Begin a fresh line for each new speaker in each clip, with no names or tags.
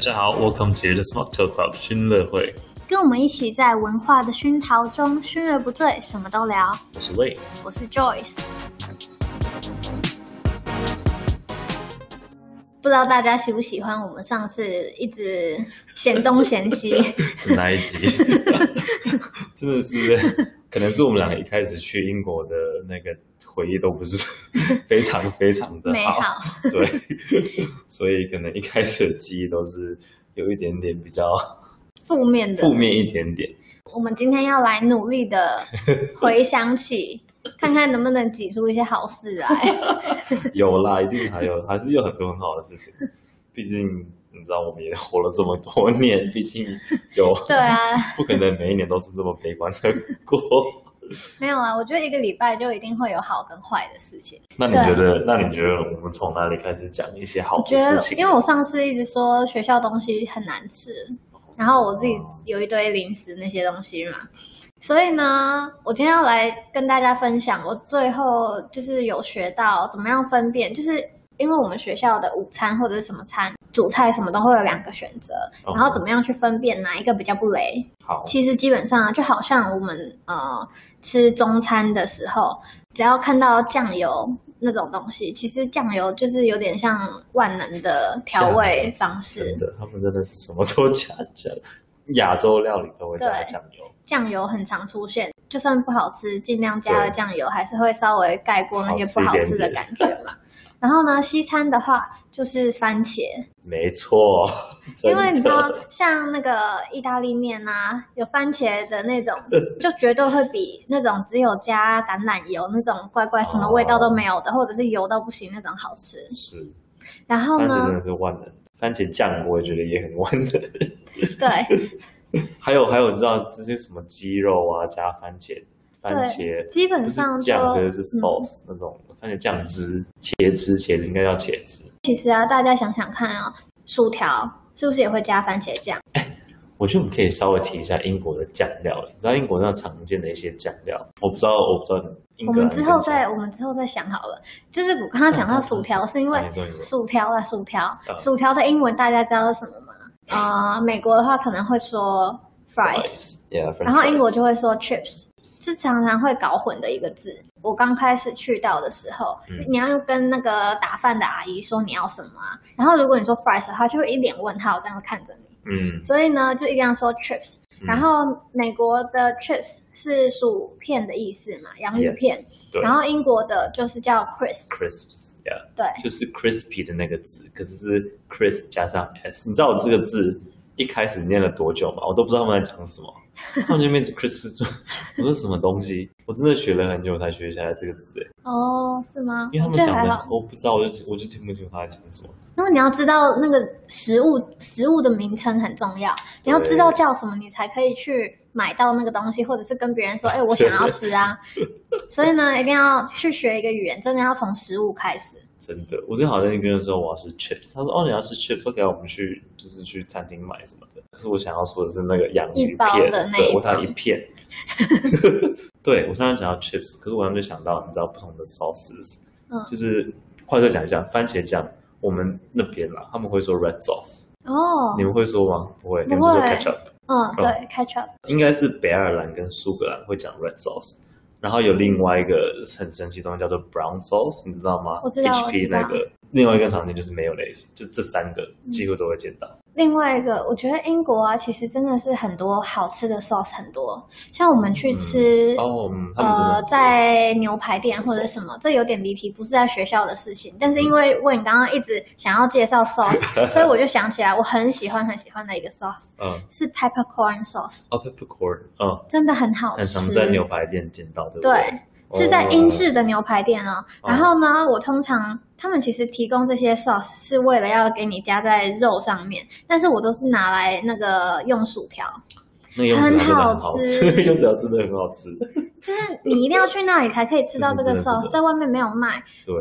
家好，Welcome to the Smart Talk Club 熏乐会，
跟我们一起在文化的熏陶中，熏而不醉，什么都聊。
我是魏。
我是 Joyce。不知道大家喜不喜欢我们上次一直嫌东嫌 西，
哪一 集？真的是，可能是我们两个一开始去英国的那个回忆都不 是非常非常的
美
好，
好。
对，所以可能一开始的记忆都是有一点点比较
负面的
负。面一点 点。
我们今天要来努力的回想起， 看看能不能挤出一些好事 来。
有啦，一定还有，还是有很多很好的事情。毕竟你知道，我们也活了这么多年，毕竟有
对啊，
不可能每一年都是这么悲观的过。
没有啊，我觉得一个礼拜就一定会有好跟坏的事情。
那你觉得？那你觉得我们从哪里开始讲一些好
我
的
觉得
事，情？
因为我上次一直说学校东西很难吃，然后我自己有一堆零食那些东西嘛，所以呢，我今天要来跟大家分享，我最后就是有学到怎么样分辨，就是因为我们学校的午餐或者是什么餐、主菜什么都会有两个选择，
哦
然后怎么样去分辨哪一个比较不雷。
好，
其实基本上啊，就好像我们呃吃中餐的时候，只要看到酱油那种东西，其实酱油就是有点像万能的调味方式
真。的，他们真的是什么都加酱，亚洲料理都会加
对
酱油，
酱油很常出现，就算不好吃，尽量加了
对
酱油，还是会稍微盖过那些不好吃的感觉嘛。然后呢，西餐的话就是番茄，
没错。
因为你知
真的
道，像那个意大利面啊，有番茄的 那种，就绝对会比那种只有加橄榄油那种怪怪什么味道都没有的，或者是油到不行那种好吃。
是
然后
番茄真
呢，
的是万能，番茄酱我也觉得也很万能。
对，
还有还有，知道这些什么鸡肉啊，加番茄，番茄
基
不
本
是
上就
酱，可是是
嗯
sauce、那种番茄酱汁、茄汁、茄子应该叫茄子。
其实啊，大家想想看啊、薯条是不是也会加番茄酱？
我觉得我们可以稍微提一下英国的酱料，你知道英国那常见的一些酱料，我不知道，我不知道英
我
格兰
们
跟
之后
什么
再，我们之后再想好了。就是我刚刚讲到薯条，是因为
啊你说你说
薯条啊，薯条
嗯，
薯条的英文大家知道是什么吗？呃，美国的话可能会说 fries，
Yeah, French
然后英国就
fries
会说 chips，是常常会搞混的一个字。我刚开始去到的时候，
嗯
你要跟那个打饭的阿姨说你要什么啊，然后如果你说 fries 的话，就会一脸问号这样看着你，
嗯，
所以呢，就一定要说 chips。
嗯
然后美国的 chips 是薯片的意思嘛，洋芋片。
yes，对，
然后英国的就是叫 crisp，
crisps yeah。
对，
就是 crispy 的那个字，可是是 crisp 加上 s。你知道我这个字一开始念了多久吗？我都不知道他们在讲 什么，他们就一直 crisp，我说什么东西？我真的学了很久才学下来这个字，哎
哦，是吗？
因为他
我
们
觉得
讲
还
的
好。
我不知道，我就我就听不清楚他在讲什么。
那你要知道那个食物食物的名称很重要，你要知道叫什么，你才可以去买到那个东西，或者是跟别人 说，哎、我想要吃啊。所以呢，一定要去学一个语言，真的要从食物开始。
真的，我正好在那边的时候，我要吃 chips，他说哦你要吃 chips，OK，、我们去就是去餐厅买什么的。可是我想要说的是那个洋芋
一包
片，
的那
对
一
我想要
包
一片。 对我突然想到 chips，可是我刚就想到你知道不同的 sauces，
嗯
就是换个讲一下，番茄酱，我们那边啦，他们会说 red sauce，、
哦
你，们会说吗？不会，
不
你们就哦说
会
ketchup。
嗯，对，ketchup，
应该是北爱尔兰跟苏格兰会讲 red sauce，然后有另外一个很神奇的东西叫做 brown sauce，你知道吗？
我知道
HP
我知道嗯
那个，另外一个常见就是 mayonnaise，就这三个几乎都会见到。
另外一个，我觉得英国啊，其实真的是很多好吃的 sauce 很多，像我们去吃、
哦，嗯，他们真的、
呃，在牛排店或者什么，这有点离题，不是在学校的事情。
嗯
但是因为问你刚刚一直想要介绍 sauce，所 以我就想起来，我很喜欢很喜欢的一个 sauce
嗯，
是 peppercorn sauce，
哦 peppercorn，嗯，
真的很呃好
很
吃。
常在牛排店见到，对不
对，是在英式的牛排店哦。
哦
然后呢，我通常他们其实提供这些 sauce 是为了要给你加在肉上面，但是我都是拿来那个用薯条。
那用薯条真的很好
很好
吃，
吃
用薯条真的很好吃。
就是你一定要去那里才可以吃到这个
是的是的
sauce，在外面没有卖。
对，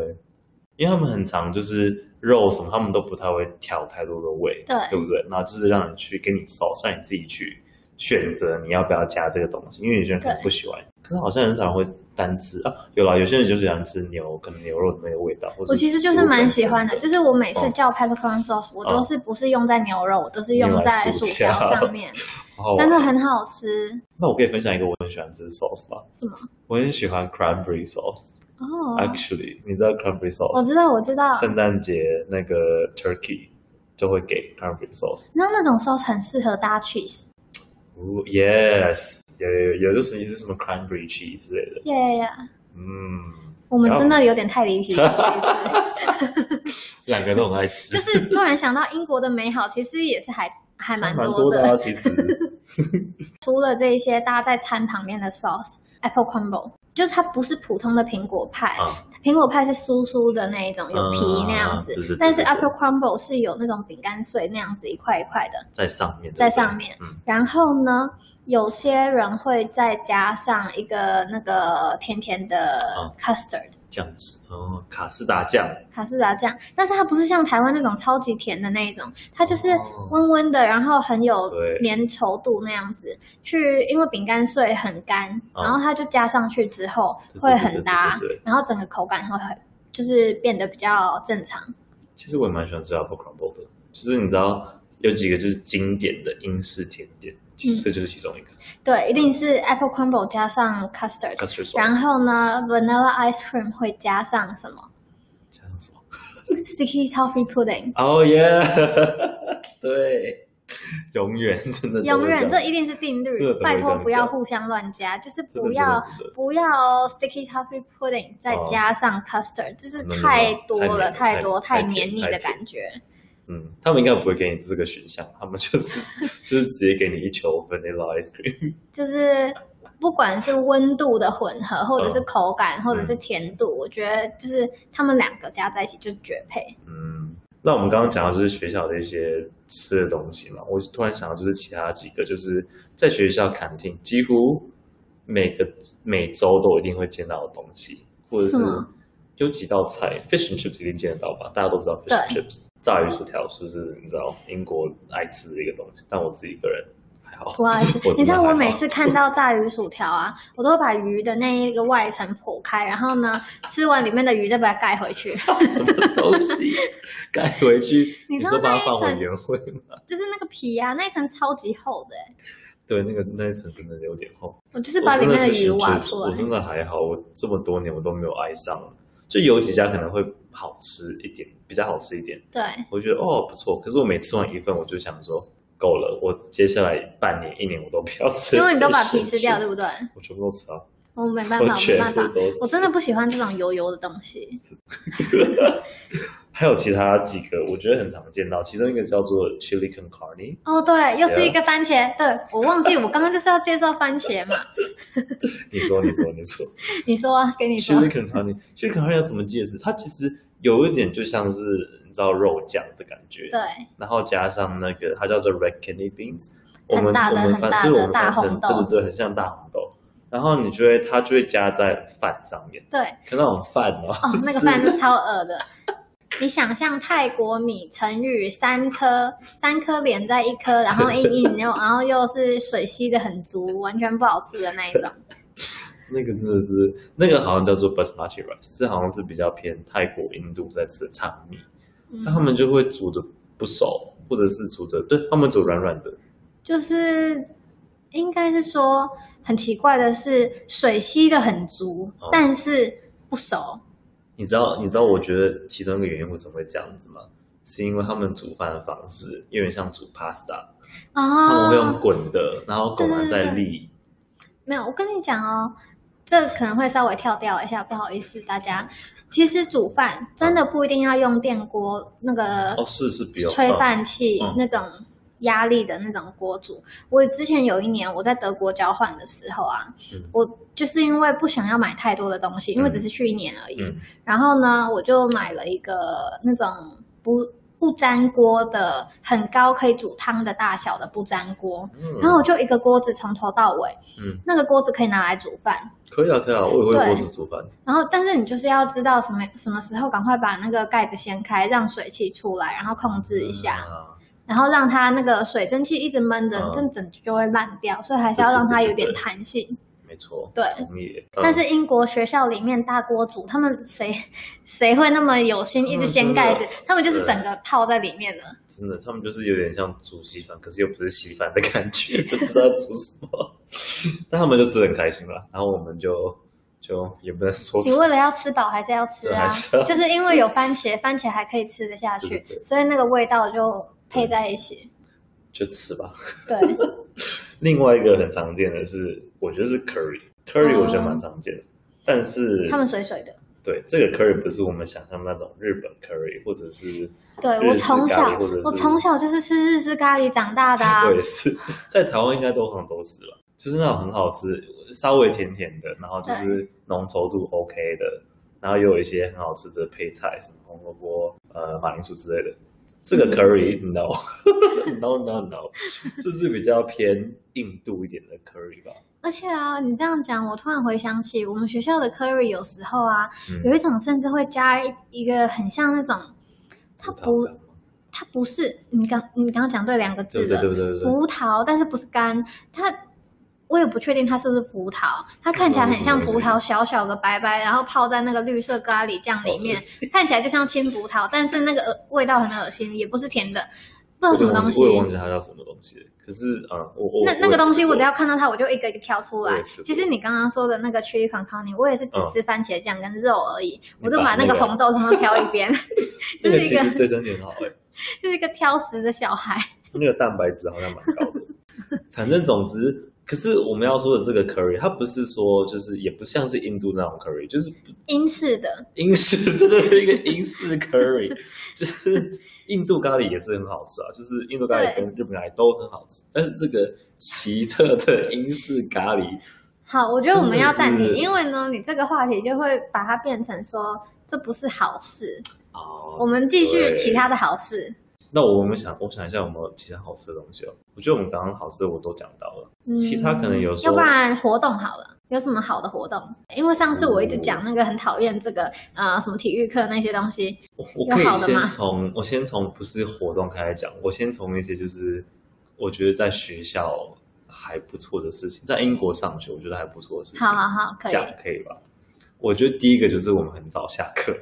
因为他们很常就是肉什么，他们都不太会调太多的味，
对
不对？然后就是让你去给你烧，让你自己去选择你要不要加这个东西，因为有些人可能不喜欢，可是好像很少人会单吃啊。有啦，有些人就喜欢吃牛，可能牛肉的那个味道，或者
我其实就是蛮喜欢的，
是
就是我每次叫 peppercorn sauce，我都是不是用在牛肉，我都是哦用在薯条哦上 面，真的。
然后
很好吃。
啊那我可以分享一个我很喜欢吃的 sauce 吧，
什么？
我很喜欢 cranberry sauce。
哦，
Actually，你知道 cranberry
我
sauce？
知道，我知道。
圣诞节那个 turkey 就会给 cranberry sauce。
然后那种 sauce 很适合搭 cheese，
哦，yes，有有有，有的时候也是什么 cranberry cheese 之类的。
耶呀！
嗯，
我们真的有点太离题了， 不好意思
两个都很爱吃，
就是突然想到英国的美好，其实也是还还蛮
蛮
多
的啊，其实。
除了这一些搭在餐旁边的 sauce，apple crumble，就是它不是普通的苹果派，
啊，
苹果派是酥酥的那一种，有皮那样子，
嗯对对对
但是
对对
apple crumble 是有那种饼干碎那样子一块一块的。
在上面，对不对
在上面
嗯，
然后呢，有些人会再加上一个那个甜甜的
嗯
custard、
酱汁，哦，卡士达酱，
卡士达酱，但是它不是像台湾那种超级甜的那一种，它就是
哦
温温的，然后很有
对
粘稠度那样子。去，因为饼干碎很干，
嗯
然后它就加上去之后
对对
会
对
很
对
搭
对对对，
然后整个口感会很就是变得比较正常。
其实我也蛮喜欢吃 apple crumble 的，就是你知道有几个就是经典的英式甜点，其
嗯
这就是其中一个
对，一定是 apple crumble 加上 custard，
custard sauce，
然后呢，vanilla ice cream 会加上什么
加上什么？
sticky toffee pudding，
哦耶， 对，永远真的都会
永
这
远
样
这一定是定
这个都
律，
会
拜
这
托
样
不要
讲
互相乱加，就是
真的
不要
真的真的
不要 sticky toffee pudding 再
哦
加上 custard，就是
没有没有
太多了，
太
太
黏
多
太
太
太
黏
甜
腻
太
的
甜
感觉。
嗯，他们应该不会给你这个选项，他们就是 就是直接给你一球 vanilla ice cream。
就是不管是温度的混合，或者是
嗯
口感，或者是甜度，我觉得就是他们两个加在一起就绝配。
嗯，那我们刚刚讲到就是学校的一些吃的东西嘛，我突然想到就是其他几个，就是在学校 canteen 几乎每个每周都一定会见到的东西，或者
是
是
吗
有几道菜，fish and chips 一定见得到吧？大家都知道 fish and
对
chips，炸鱼薯条就是你知道英国爱吃的一个东西，但我自己个人还好。
不好意思
我，
你知
真
道
的
我
还
每
好
次看到炸鱼薯条啊，我都会把鱼的那一个外层剖开，然后呢，吃完里面的鱼再把它盖回 去，
什么东西盖回去？
你
你
知道
说把它
那一
放回
层
原位吗？
就是那个皮啊，那一层超级厚的欸、
对，那个那一层真的有点厚。
我就是
我
把里
真的
面的
很
鱼
幸运
挖
就是
出来
我。真的还好，我这么多年我都没有爱上。就有几家可能会好吃一点，比较好吃一点，
对，
我觉得哦不错。可是我每吃完一份，我就想说够了，我接下来半年一年我都不要吃，
因为你都把皮吃掉，对不
对？
对？
我全部都吃啊，
我没办
我
法，我没
全
办
部
法
都，吃
我真的不喜欢这种油油的东西。
还有其他几个我觉得很常见到，其中一个叫做 chili con carne，
哦，对，又是一个番茄。对，我忘记我刚刚就是要介绍番茄嘛。
你说你说你说，
你说啊，给 你
雪
说
里。肯哈尼，雪里肯哈尼要怎么解释？它其实有一点就像是你知道肉酱的感觉，
对，
然后加上那个它叫做 red kidney beans，我们
很大
我
的
们
很大
翻
的
对我们
大
翻
红
成
豆
对对对，很像大红豆。然后你就会它就会加在饭上面，
对，
可那种饭哦，
哦，那个
是
饭是超恶的。你想象泰国米乘以三颗，三颗连在一颗，然后硬硬，然后然后又是水吸的很足，完全不好吃的那一种。
那个真的是那个好像叫做 basmati rice，是好像是比较偏泰国印度在吃的糙米，那他
嗯，
们就会煮的不熟，或者是煮的对他们煮软软的，
就是应该是说很奇怪的是，水吸的很足，
哦
但是不熟。
你知道，你知道，我觉得其中一个原因为什么会这样子吗？是因为他们煮饭的方式有点像煮 pasta，、他们
啊
会用
哦，
滚的，然后滚完再沥。
没有，我跟你讲哦，这可能会稍微跳掉一下，不好意思大家。其实煮饭真的不一定要用电锅那个
哦，是是不用
吹饭器、
嗯
那种压力的那种锅煮。我之前有一年我在德国交换的时候啊，
嗯
我就是因为不想要买太多的东西，因为
嗯
只是去一年而已。
嗯
然后呢，我就买了一个那种不不粘锅的，很高可以煮汤的大小的不粘锅。
嗯，
然后我就一个锅子从头到尾，
嗯，
那个锅子可以拿来煮饭。
可以啊，可以啊，我也会
对
锅子煮饭。
然后，但是你就是要知道什么什么时候赶快把那个盖子掀开，让水汽出来，然后控制一下。
嗯啊
然后让它那个水蒸气一直闷着
嗯，
但整就会烂掉，所以还是要让它有点弹性。
没错，
对
同意。嗯
但是英国学校里面大锅煮，他们谁 谁会那么有心一直掀盖子？他们就是整个泡在里面了。
嗯真的，他们就是有点像煮稀饭，可是又不是稀饭的感觉， 就不知道煮什么。但他们就吃得很开心了，然后我们就就也不能说什
你
么，
为了要吃饱，还是要吃啊
对还是要，吃
就是因为有番茄，番茄还可以吃得下
对
去
对，对
所以那个味道就配在一起。
就吃吧。
对，
另外一个很常见的是，我觉得是 curry，curry 我觉得蛮常见的，但是
哦他们水水的。
对这个 curry 不是我们想象那种日本 curry，或者是
对
日
我
式
从
咖
小
喱或者是，
我从小就是吃日式咖喱长大的啊
我。也是， 在台湾应该都好像都是吧，就是那种很好吃，稍微甜甜的，然后就是浓稠度 OK 的，然后也有一些很好吃的配菜，什么红萝卜、呃马铃薯之类的。这
嗯
个 curry no no no no，这是比较偏印度一点的 curry 吧？
而且啊，你这样讲，我突然回想起我们学校的 curry，有时候啊，有
嗯，
一种甚至会加一一个很像那种，它
葡萄
不
干，
它不是你刚你刚刚讲对两个字
对
了，
对对对对对，
葡萄，但是不是干，它我也不确定它是不是葡萄，它看起来很像葡萄，小小的白白，然后泡在那个绿色咖喱酱里面
好恶，
看起来就像青葡萄，但是那个呃味道很恶心，也不是甜的，不知道
我
什么
也忘
东
记
西
我。也忘记它叫什么东西了，可是嗯，我我
那
我
那个东
吃
西，我
过
只要看到它，我就一个一个挑出
我
来。
也吃过
其实你刚刚说的那个 chili con carne，我也是只
嗯
吃番茄酱跟肉而已，
你
我就
把
把那
那
个
个
红豆通通挑一边，
那
就
个
是一
其
个
实对身体很好哎、
就是一个挑食的小孩。
那个蛋白质好像蛮高的。反正总之，可是我们要说的这个 curry，它不是说就是也不像是印度那种 curry，就是
英式的，
英式， 真的是一个英式 curry，就是印度咖喱也是很好吃啊，就是印度咖喱
对
跟日本咖喱都很好吃，但是这个奇特的英式咖喱，
好，我觉得我们要暂
真
停，
的是
因为呢，你这个话题就会把它变成说这不是好事。我
哦，
们继续
对
其他的好事。
那我们想，我想一下有没有其他好吃的东西哦？我觉得我们刚刚好吃的我都讲到了，
嗯
其他可能有时
要
候
不然活动好了，有什么好的活动？因为上次我一直讲那个很讨厌这个呃什么体育课那些东西，
我我
有
可
好
以
的
先
吗
从我先从不是活动开始讲，我先从一些就是我觉得在学校还不错的事情，在英国上学我觉得还不错的事情，
好好好，可以。
讲可以吧？我觉得第一个就是我们很早下课，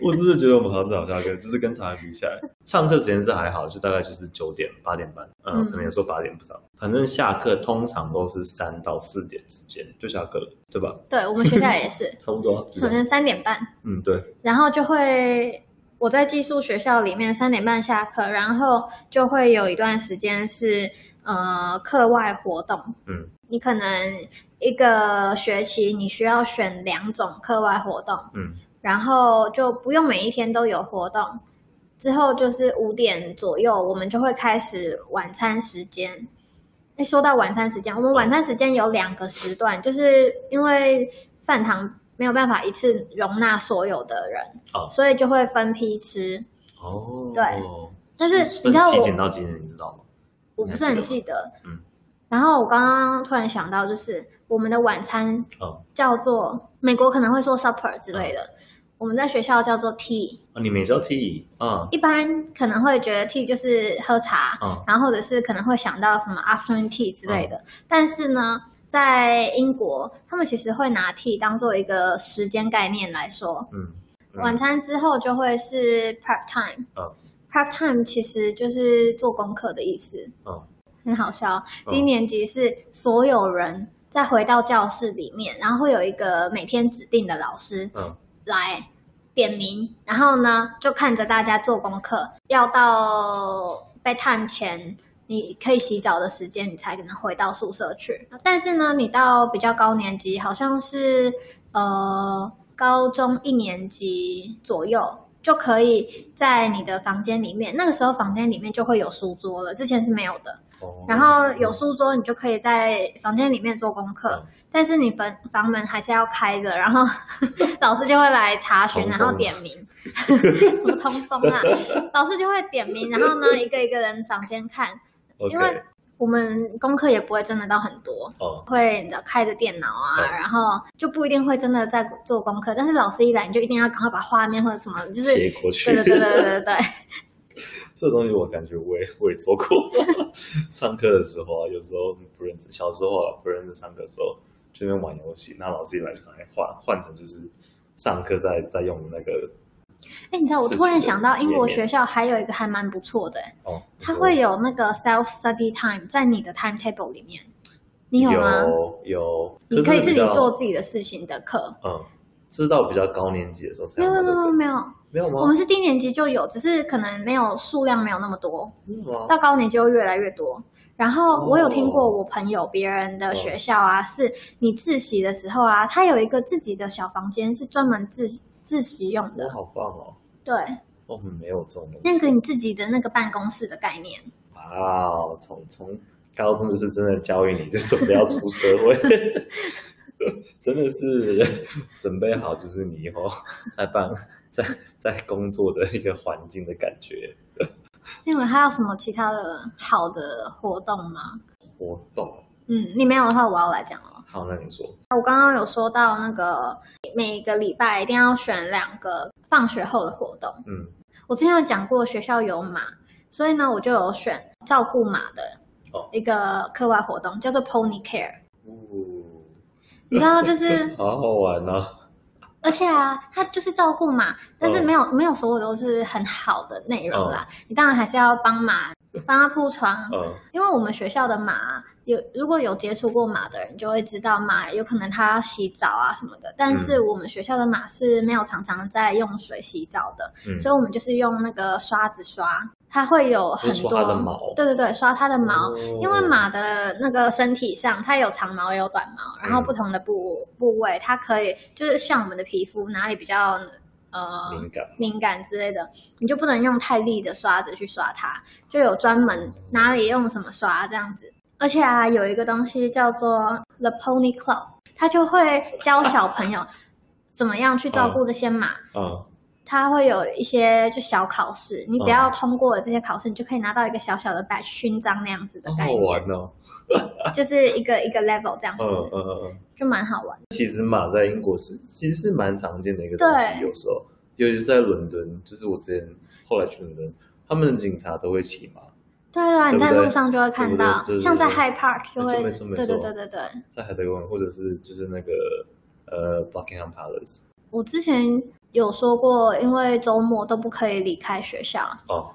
我真的觉得我们很早下课，就是跟台湾比起来，上课时间是还好，就大概就是九点八点半，嗯，
嗯
可能有时候八点不知道，反正下课通常都是三到四点之间就下课了，对吧？，
对我们学校也是
差不多，啊就
可
这样
能三点半，
嗯，对，
然后就会我在寄宿学校里面三点半下课，然后就会有一段时间是呃课外活动，
嗯，
你可能一个学期你需要选两种课外活动，
嗯。
然后就不用每一天都有活动。之后就是五点左右，我们就会开始晚餐时间。哎，说到晚餐时间，我们晚餐时间有两个时段，就是因为饭堂没有办法一次容纳所有的人，
哦
所以就会分批吃。
哦，
对，但是
是
你知道
分几
我
点到几点，你知道吗？
我不是很记得。
嗯。
然后我刚刚突然想到，就是我们的晚餐
哦，
叫做美国可能会说 supper 之类的，我们在学校叫做 tea。
哦，你每周踢啊
一般可能会觉得 tea 就是喝茶，
啊
然后或者是可能会想到什么 afternoon tea 之类的。
哦
但是呢，在英国，他们其实会拿 tea 当做一个时间概念来说，
嗯，嗯
晚餐之后就会是 prep time。
嗯
prep time 其实就是做功课的意思。
嗯
很好笑。哦
嗯
低年级是所有人再回到教室里面，然后会有一个每天指定的老师，
嗯
来点名，然后呢就看着大家做功课，要到 bedtime 前。你可以洗澡的时间，你才可能回到宿舍去。但是呢，你到比较高年级，好像是呃高中一年级左右，就可以在你的房间里面。那个时候房间里面就会有书桌了，之前是没有的。
哦
然 后有书桌，你就可以在房间里面做功课
嗯，
但是你房房门还是要开着，然后 老师就会来查询，
通风
然
啊
后点名， 什么通风 啊？老师就会点名，然后呢，一个一个人房间看，
OK，
因为我们功课也不会真的到很多。
哦
会你知道开着电脑啊，
嗯
然后就不一定会真的在做功课，但是老师一来，你就一定要赶快把画面或者什么，就是
切过去，
对对对对对对对，
这个东西我感觉我也我也做过。 上课的时候啊，有时候不认真，小时候啊不认真上课的时候，这边玩游戏，那老师一来就来换换成就是上课在在用的那个
哎，你知道我
是
突然
是
想到，英
页
国
面
学校还有一个还蛮不错的、
哦，
它会有那个 self study time 在你的 timetable 里面，你有吗？
有有，
你可以自己做
己，
自己的事情的课。
嗯，知道比较高年级的时候才
没有没有
那
没
个
有没有，
没有
嗯我
吗
们？是低年级就有，只是可能没有数量没有那么多，
真的吗？
到高年级就越来越多。然后我有听过
哦
我朋友别人的学校啊，是你自习的时候啊，他有一个自己的小房间是专门自自习用
我
的，
好棒哦！
对，
我们没有这种东西
那个你自己的那个办公室的概念。
哇哦，从从高中就是真的教育你，就准备要出社 会，真的是准备好，就是你以后在办 在在工作的一个环境的感觉。
那你们还有什么其他的好的活动吗？
活动，
嗯，你没有的话，我要来讲了。
好，那你说，
我刚刚有说到那个每个礼拜一定要选两个放学后的活动。
嗯，
我之前有讲过学校有马，所以呢，我就有选照顾马的
哦
一个课外活动，叫做 Pony Care。
呜、
你知道，就是
哦好好玩哦，
而且啊，它就是照顾马，但是
嗯
没有、没有所有都是很好的内容啦。你当然还是要帮马，帮它铺床，
嗯，
因为我们学校的马有，如果有接触过马的人，就会知道马有可能它要洗澡啊什么的。
嗯
但是我们学校的马是没有常常在用水洗澡的，
嗯
所以我们就是用那个刷子刷，它会有很
不是
多。
说它的毛，
对对对，刷它的毛，
哦
因为马的那个身体上，它有长毛也有短毛，然后
嗯
不同的部部位，它可以就是像我们的皮肤哪里比较呃
哦敏感，
敏感之类的，你就不能用太利的刷子去刷它，就有专门哪里用什么刷这样子。而且啊，有一个东西叫做 The Pony Club，它就会教小朋友怎么样去照顾这些马。
嗯，
它会有一些就小考试，你只要
嗯
通过了这些考试，你就可以拿到一个小小的 badge 勋章那样子的
好
概
好
念，
玩哦，
就是一个一个 level 这样子，
嗯嗯嗯嗯。
就蛮好玩的。
其实马在英国是其实是蛮常见的一个东西，
对
有时候，尤其是在伦敦，就是我之前后来去伦敦，他们的警察都会骑马，
对对对，你在
对不对
路上就会看到，
对不对对对对
像在 High Park 就会，
没错没
对
错
对
没错
对对对。
在海德公园或者是就是那个呃 Buckingham Palace
我之前有说过，因为周末都不可以离开学校，
哦，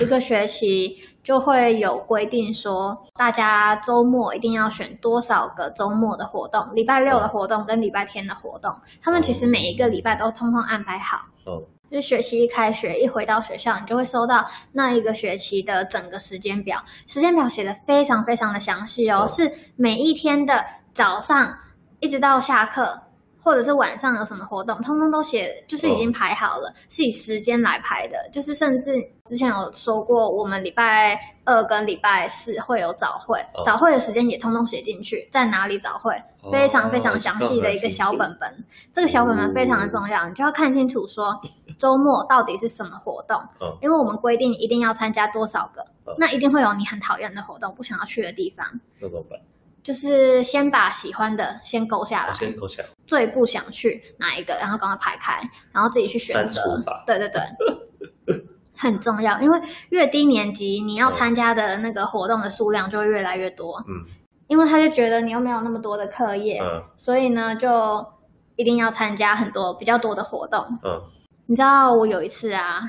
一个学期就会有规定说，大家周末一定要选多少个周末的活动，礼拜六的活动跟礼拜天的活动，他们其实每一个礼拜都通通安排好。
嗯，
就是学期一开学，一回到学校，你就会收到那一个学期的整个时间表。时间表写的非常非常的详细哦，
嗯
是每一天的早上一直到下课，或者是晚上有什么活动，通通都写，就是已经排好了，是以时间来排的。就是甚至之前有说过，我们礼拜二跟礼拜四会有早会，
嗯
早会的时间也通通写进去，在哪里早会，
哦
非常非常详细的一个小本本。这个小本本非常的重要，你就要看清楚 说周末到底是什么活动
嗯，
因为我们规定一定要参加多少个
嗯，
那一定会有你很讨厌的活动，不想要去的地方。
那怎么办？
就是先把喜欢的先勾下
我
来，
哦先扣起来，
最不想去哪一个，然后赶快排开，然后自己去选择
删除法。
对对对， 很重要，因为越低年级你要
嗯
参加的那个活动的数量就会越来越多，
嗯
因为他就觉得你又没有那么多的课业，
嗯
所以呢，就一定要参加很多比较多的活动。
嗯，
你知道我有一次啊，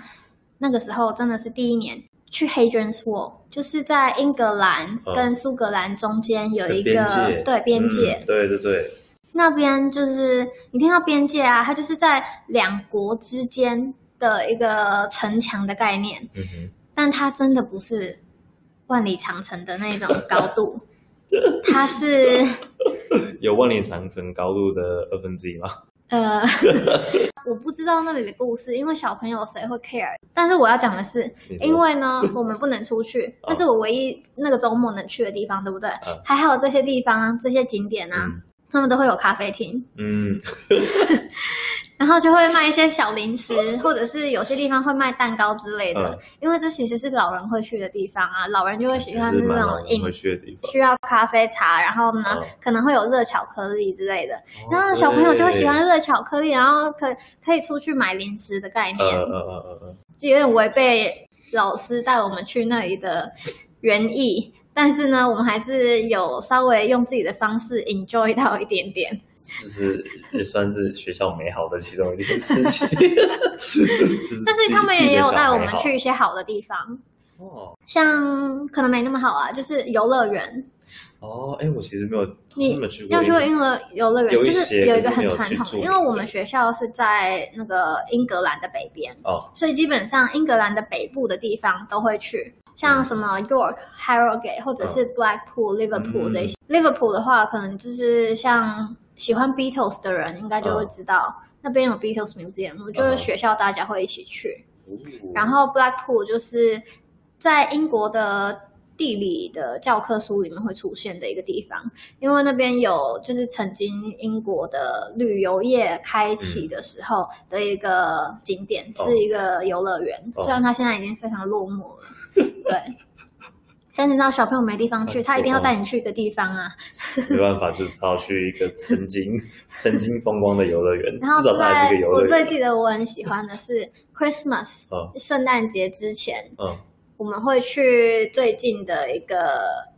那个时候真的是第一年去 Hadrian's Wall，就是在英格兰
嗯
跟苏格兰中间有一个
边界
对边界、
嗯对对对，
那边，就是你听到边界啊，它就是在两国之间的一个城墙的概念，
嗯哼，
但它真的不是万里长城的那种高度，它是。
有万里长城高度的二分之一吗？
呃， 我不知道那里的故事，因为小朋友谁会 care？但是我要讲的是，
你说
因为呢，我们不能出去，
哦
那是我唯一那个周末能去的地方，对不对？
嗯
还好这些地方、这些景点啊，
嗯
他们都会有咖啡厅，
嗯
然后就会卖一些小零食，或者是有些地方会卖蛋糕之类的。
嗯，
因为这其实是老人会去的地方啊，老人就会喜欢
也是
那
蛮好
种
人
饮
会去的地方。
需要咖啡茶，然后呢，
嗯
可能会有热巧克力之类的。然后小朋友就会喜欢
对。
热巧克力，然后可可以出去买零食的概念，
呃呃呃呃呃，
就有点违背老师带我们去那里的原意，但是呢，我们还是有稍微用自己的方式 enjoy 到一点点。
嗯就是也算是学校美好的其中一件事情。就是
但是
自己
他们
自己的
也有
小
带我
美
们
好
去一些好的地方，
哦
像可能没那么好啊，就是游乐园。
哦，哎，我其实没有
你
没有去过
要
英
去
国，
过英乐游乐园，
有一
就是
些
有一
可是
个
没
很
有
传
去
统的，
著
因为
名
我
的
们学校是在那个英格兰的北边，
哦，
所以基本上英格兰的北部的地方都会去，
嗯
像什么 York、Harrogate 或者是 Blackpool、Liverpool
嗯
这些。Liverpool 的话，可能就是像喜欢 Beatles 的人应该就会
嗯
知道、那边有 Beatles 名 u s e 就是
嗯
学校大家会一起去。
哦
然后 Blackpool 就是在英国的地理的教科书里面会出现的一个地方，因为那边有就是曾经英国的旅游业开启的时候的一个景点，
哦
是一个游乐园，
哦
虽然它现在已经非常落寞了，对。但是你知道小朋友没地方 去，
那
他一定要
国光
带你去一个地方啊。
没办法，就只好去一个曾经曾经风光的游乐园，
然后
至少它还
在
是个游
我
乐
最
园。
记得我很喜欢的 是 Christmas，
嗯
圣诞节之前
嗯，
我们会去最近的一个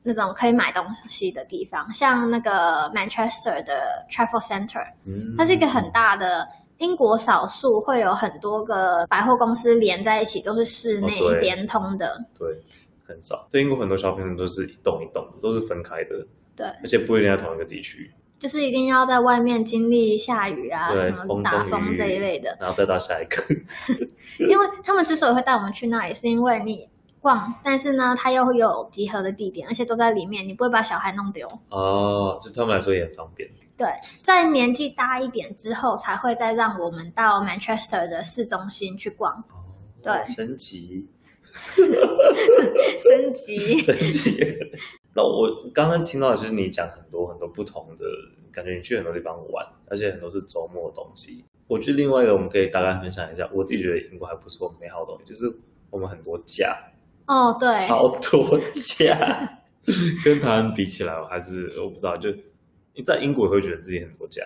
那种可以买东西的地方，像那个 Manchester 的 Travel Centre，
嗯
它是一个很大的英国少数会有很多个百货公司连在一起，都是室内
哦对
连通的。
对，很少。对英国很多 shopping mall 都是一栋一栋的，都是分开的，
对，
而且不一定在同一个地区。
就是一定要在外面经历下雨啊，
对
什，么
风
打
风
风
雨
这一
雨
类的。
然后再到下一个。
因为他们之所以会带我们去那里，是因为你逛，但是呢，它又有集合的地点，而且都在里面，你不会把小孩弄丢。
哦，就对他们来说也很方便。
对，在年纪大一点之后，才会再让我们到 Manchester 的市中心去 逛，
哦
对
升级，
升级。
升级。那我刚刚听到的就是你讲很多很多不同的，感觉你去很多地方玩，而且很多是周末的东西。我觉得另外一个我们可以大概分享一下，我自己觉得英国还不错，美好的东西就是我们很多假，
哦，对，
超多假， 跟台湾比起来，我还是我不知道，就你在英国会觉得自己很多假，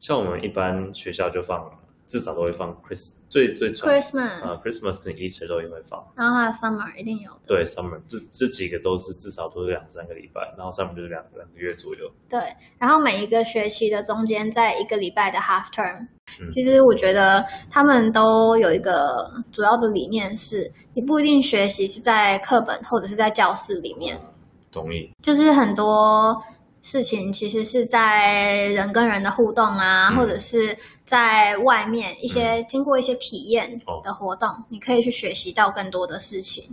像我们一般学校就放，至少都会放 Chris 最最传啊、
Christmas，
Christmas 跟 Easter 都也会放。
然后还有 Summer 一定有的。
对，summer 这这几个都是至少都是两三个礼拜，然后 summer 就是两两个月左右。
对，然后每一个学期的中间，在一个礼拜的 half term，
嗯
其实我觉得他们都有一个主要的理念是，你不一定学习是在课本或者是在教室里面，
嗯同意，
就是很多事情其实是在人跟人的互动啊，
嗯
或者是在外面一些、经过一些体验的活动，你可以去学习到更多的事情。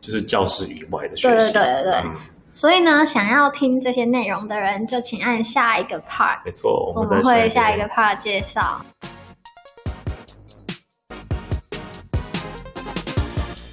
就是教室以外的学
对
习。
对对对对
嗯，
所以呢，想要听这些内容的人，就请按下一个 part，
没错，
我
我
们
们
会
在
下一
一
个 part 介绍。